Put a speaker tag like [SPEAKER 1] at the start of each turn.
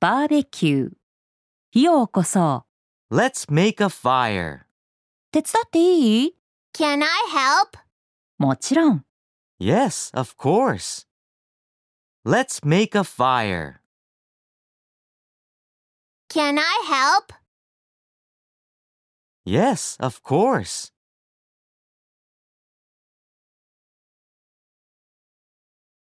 [SPEAKER 1] バーベキュー。火を起こそう。
[SPEAKER 2] Let's make a fire.
[SPEAKER 1] 手伝っていい
[SPEAKER 3] Can I help?
[SPEAKER 1] もちろん。
[SPEAKER 2] Yes, of course. Let's make a fire.
[SPEAKER 3] Can I help?
[SPEAKER 2] Yes, of course.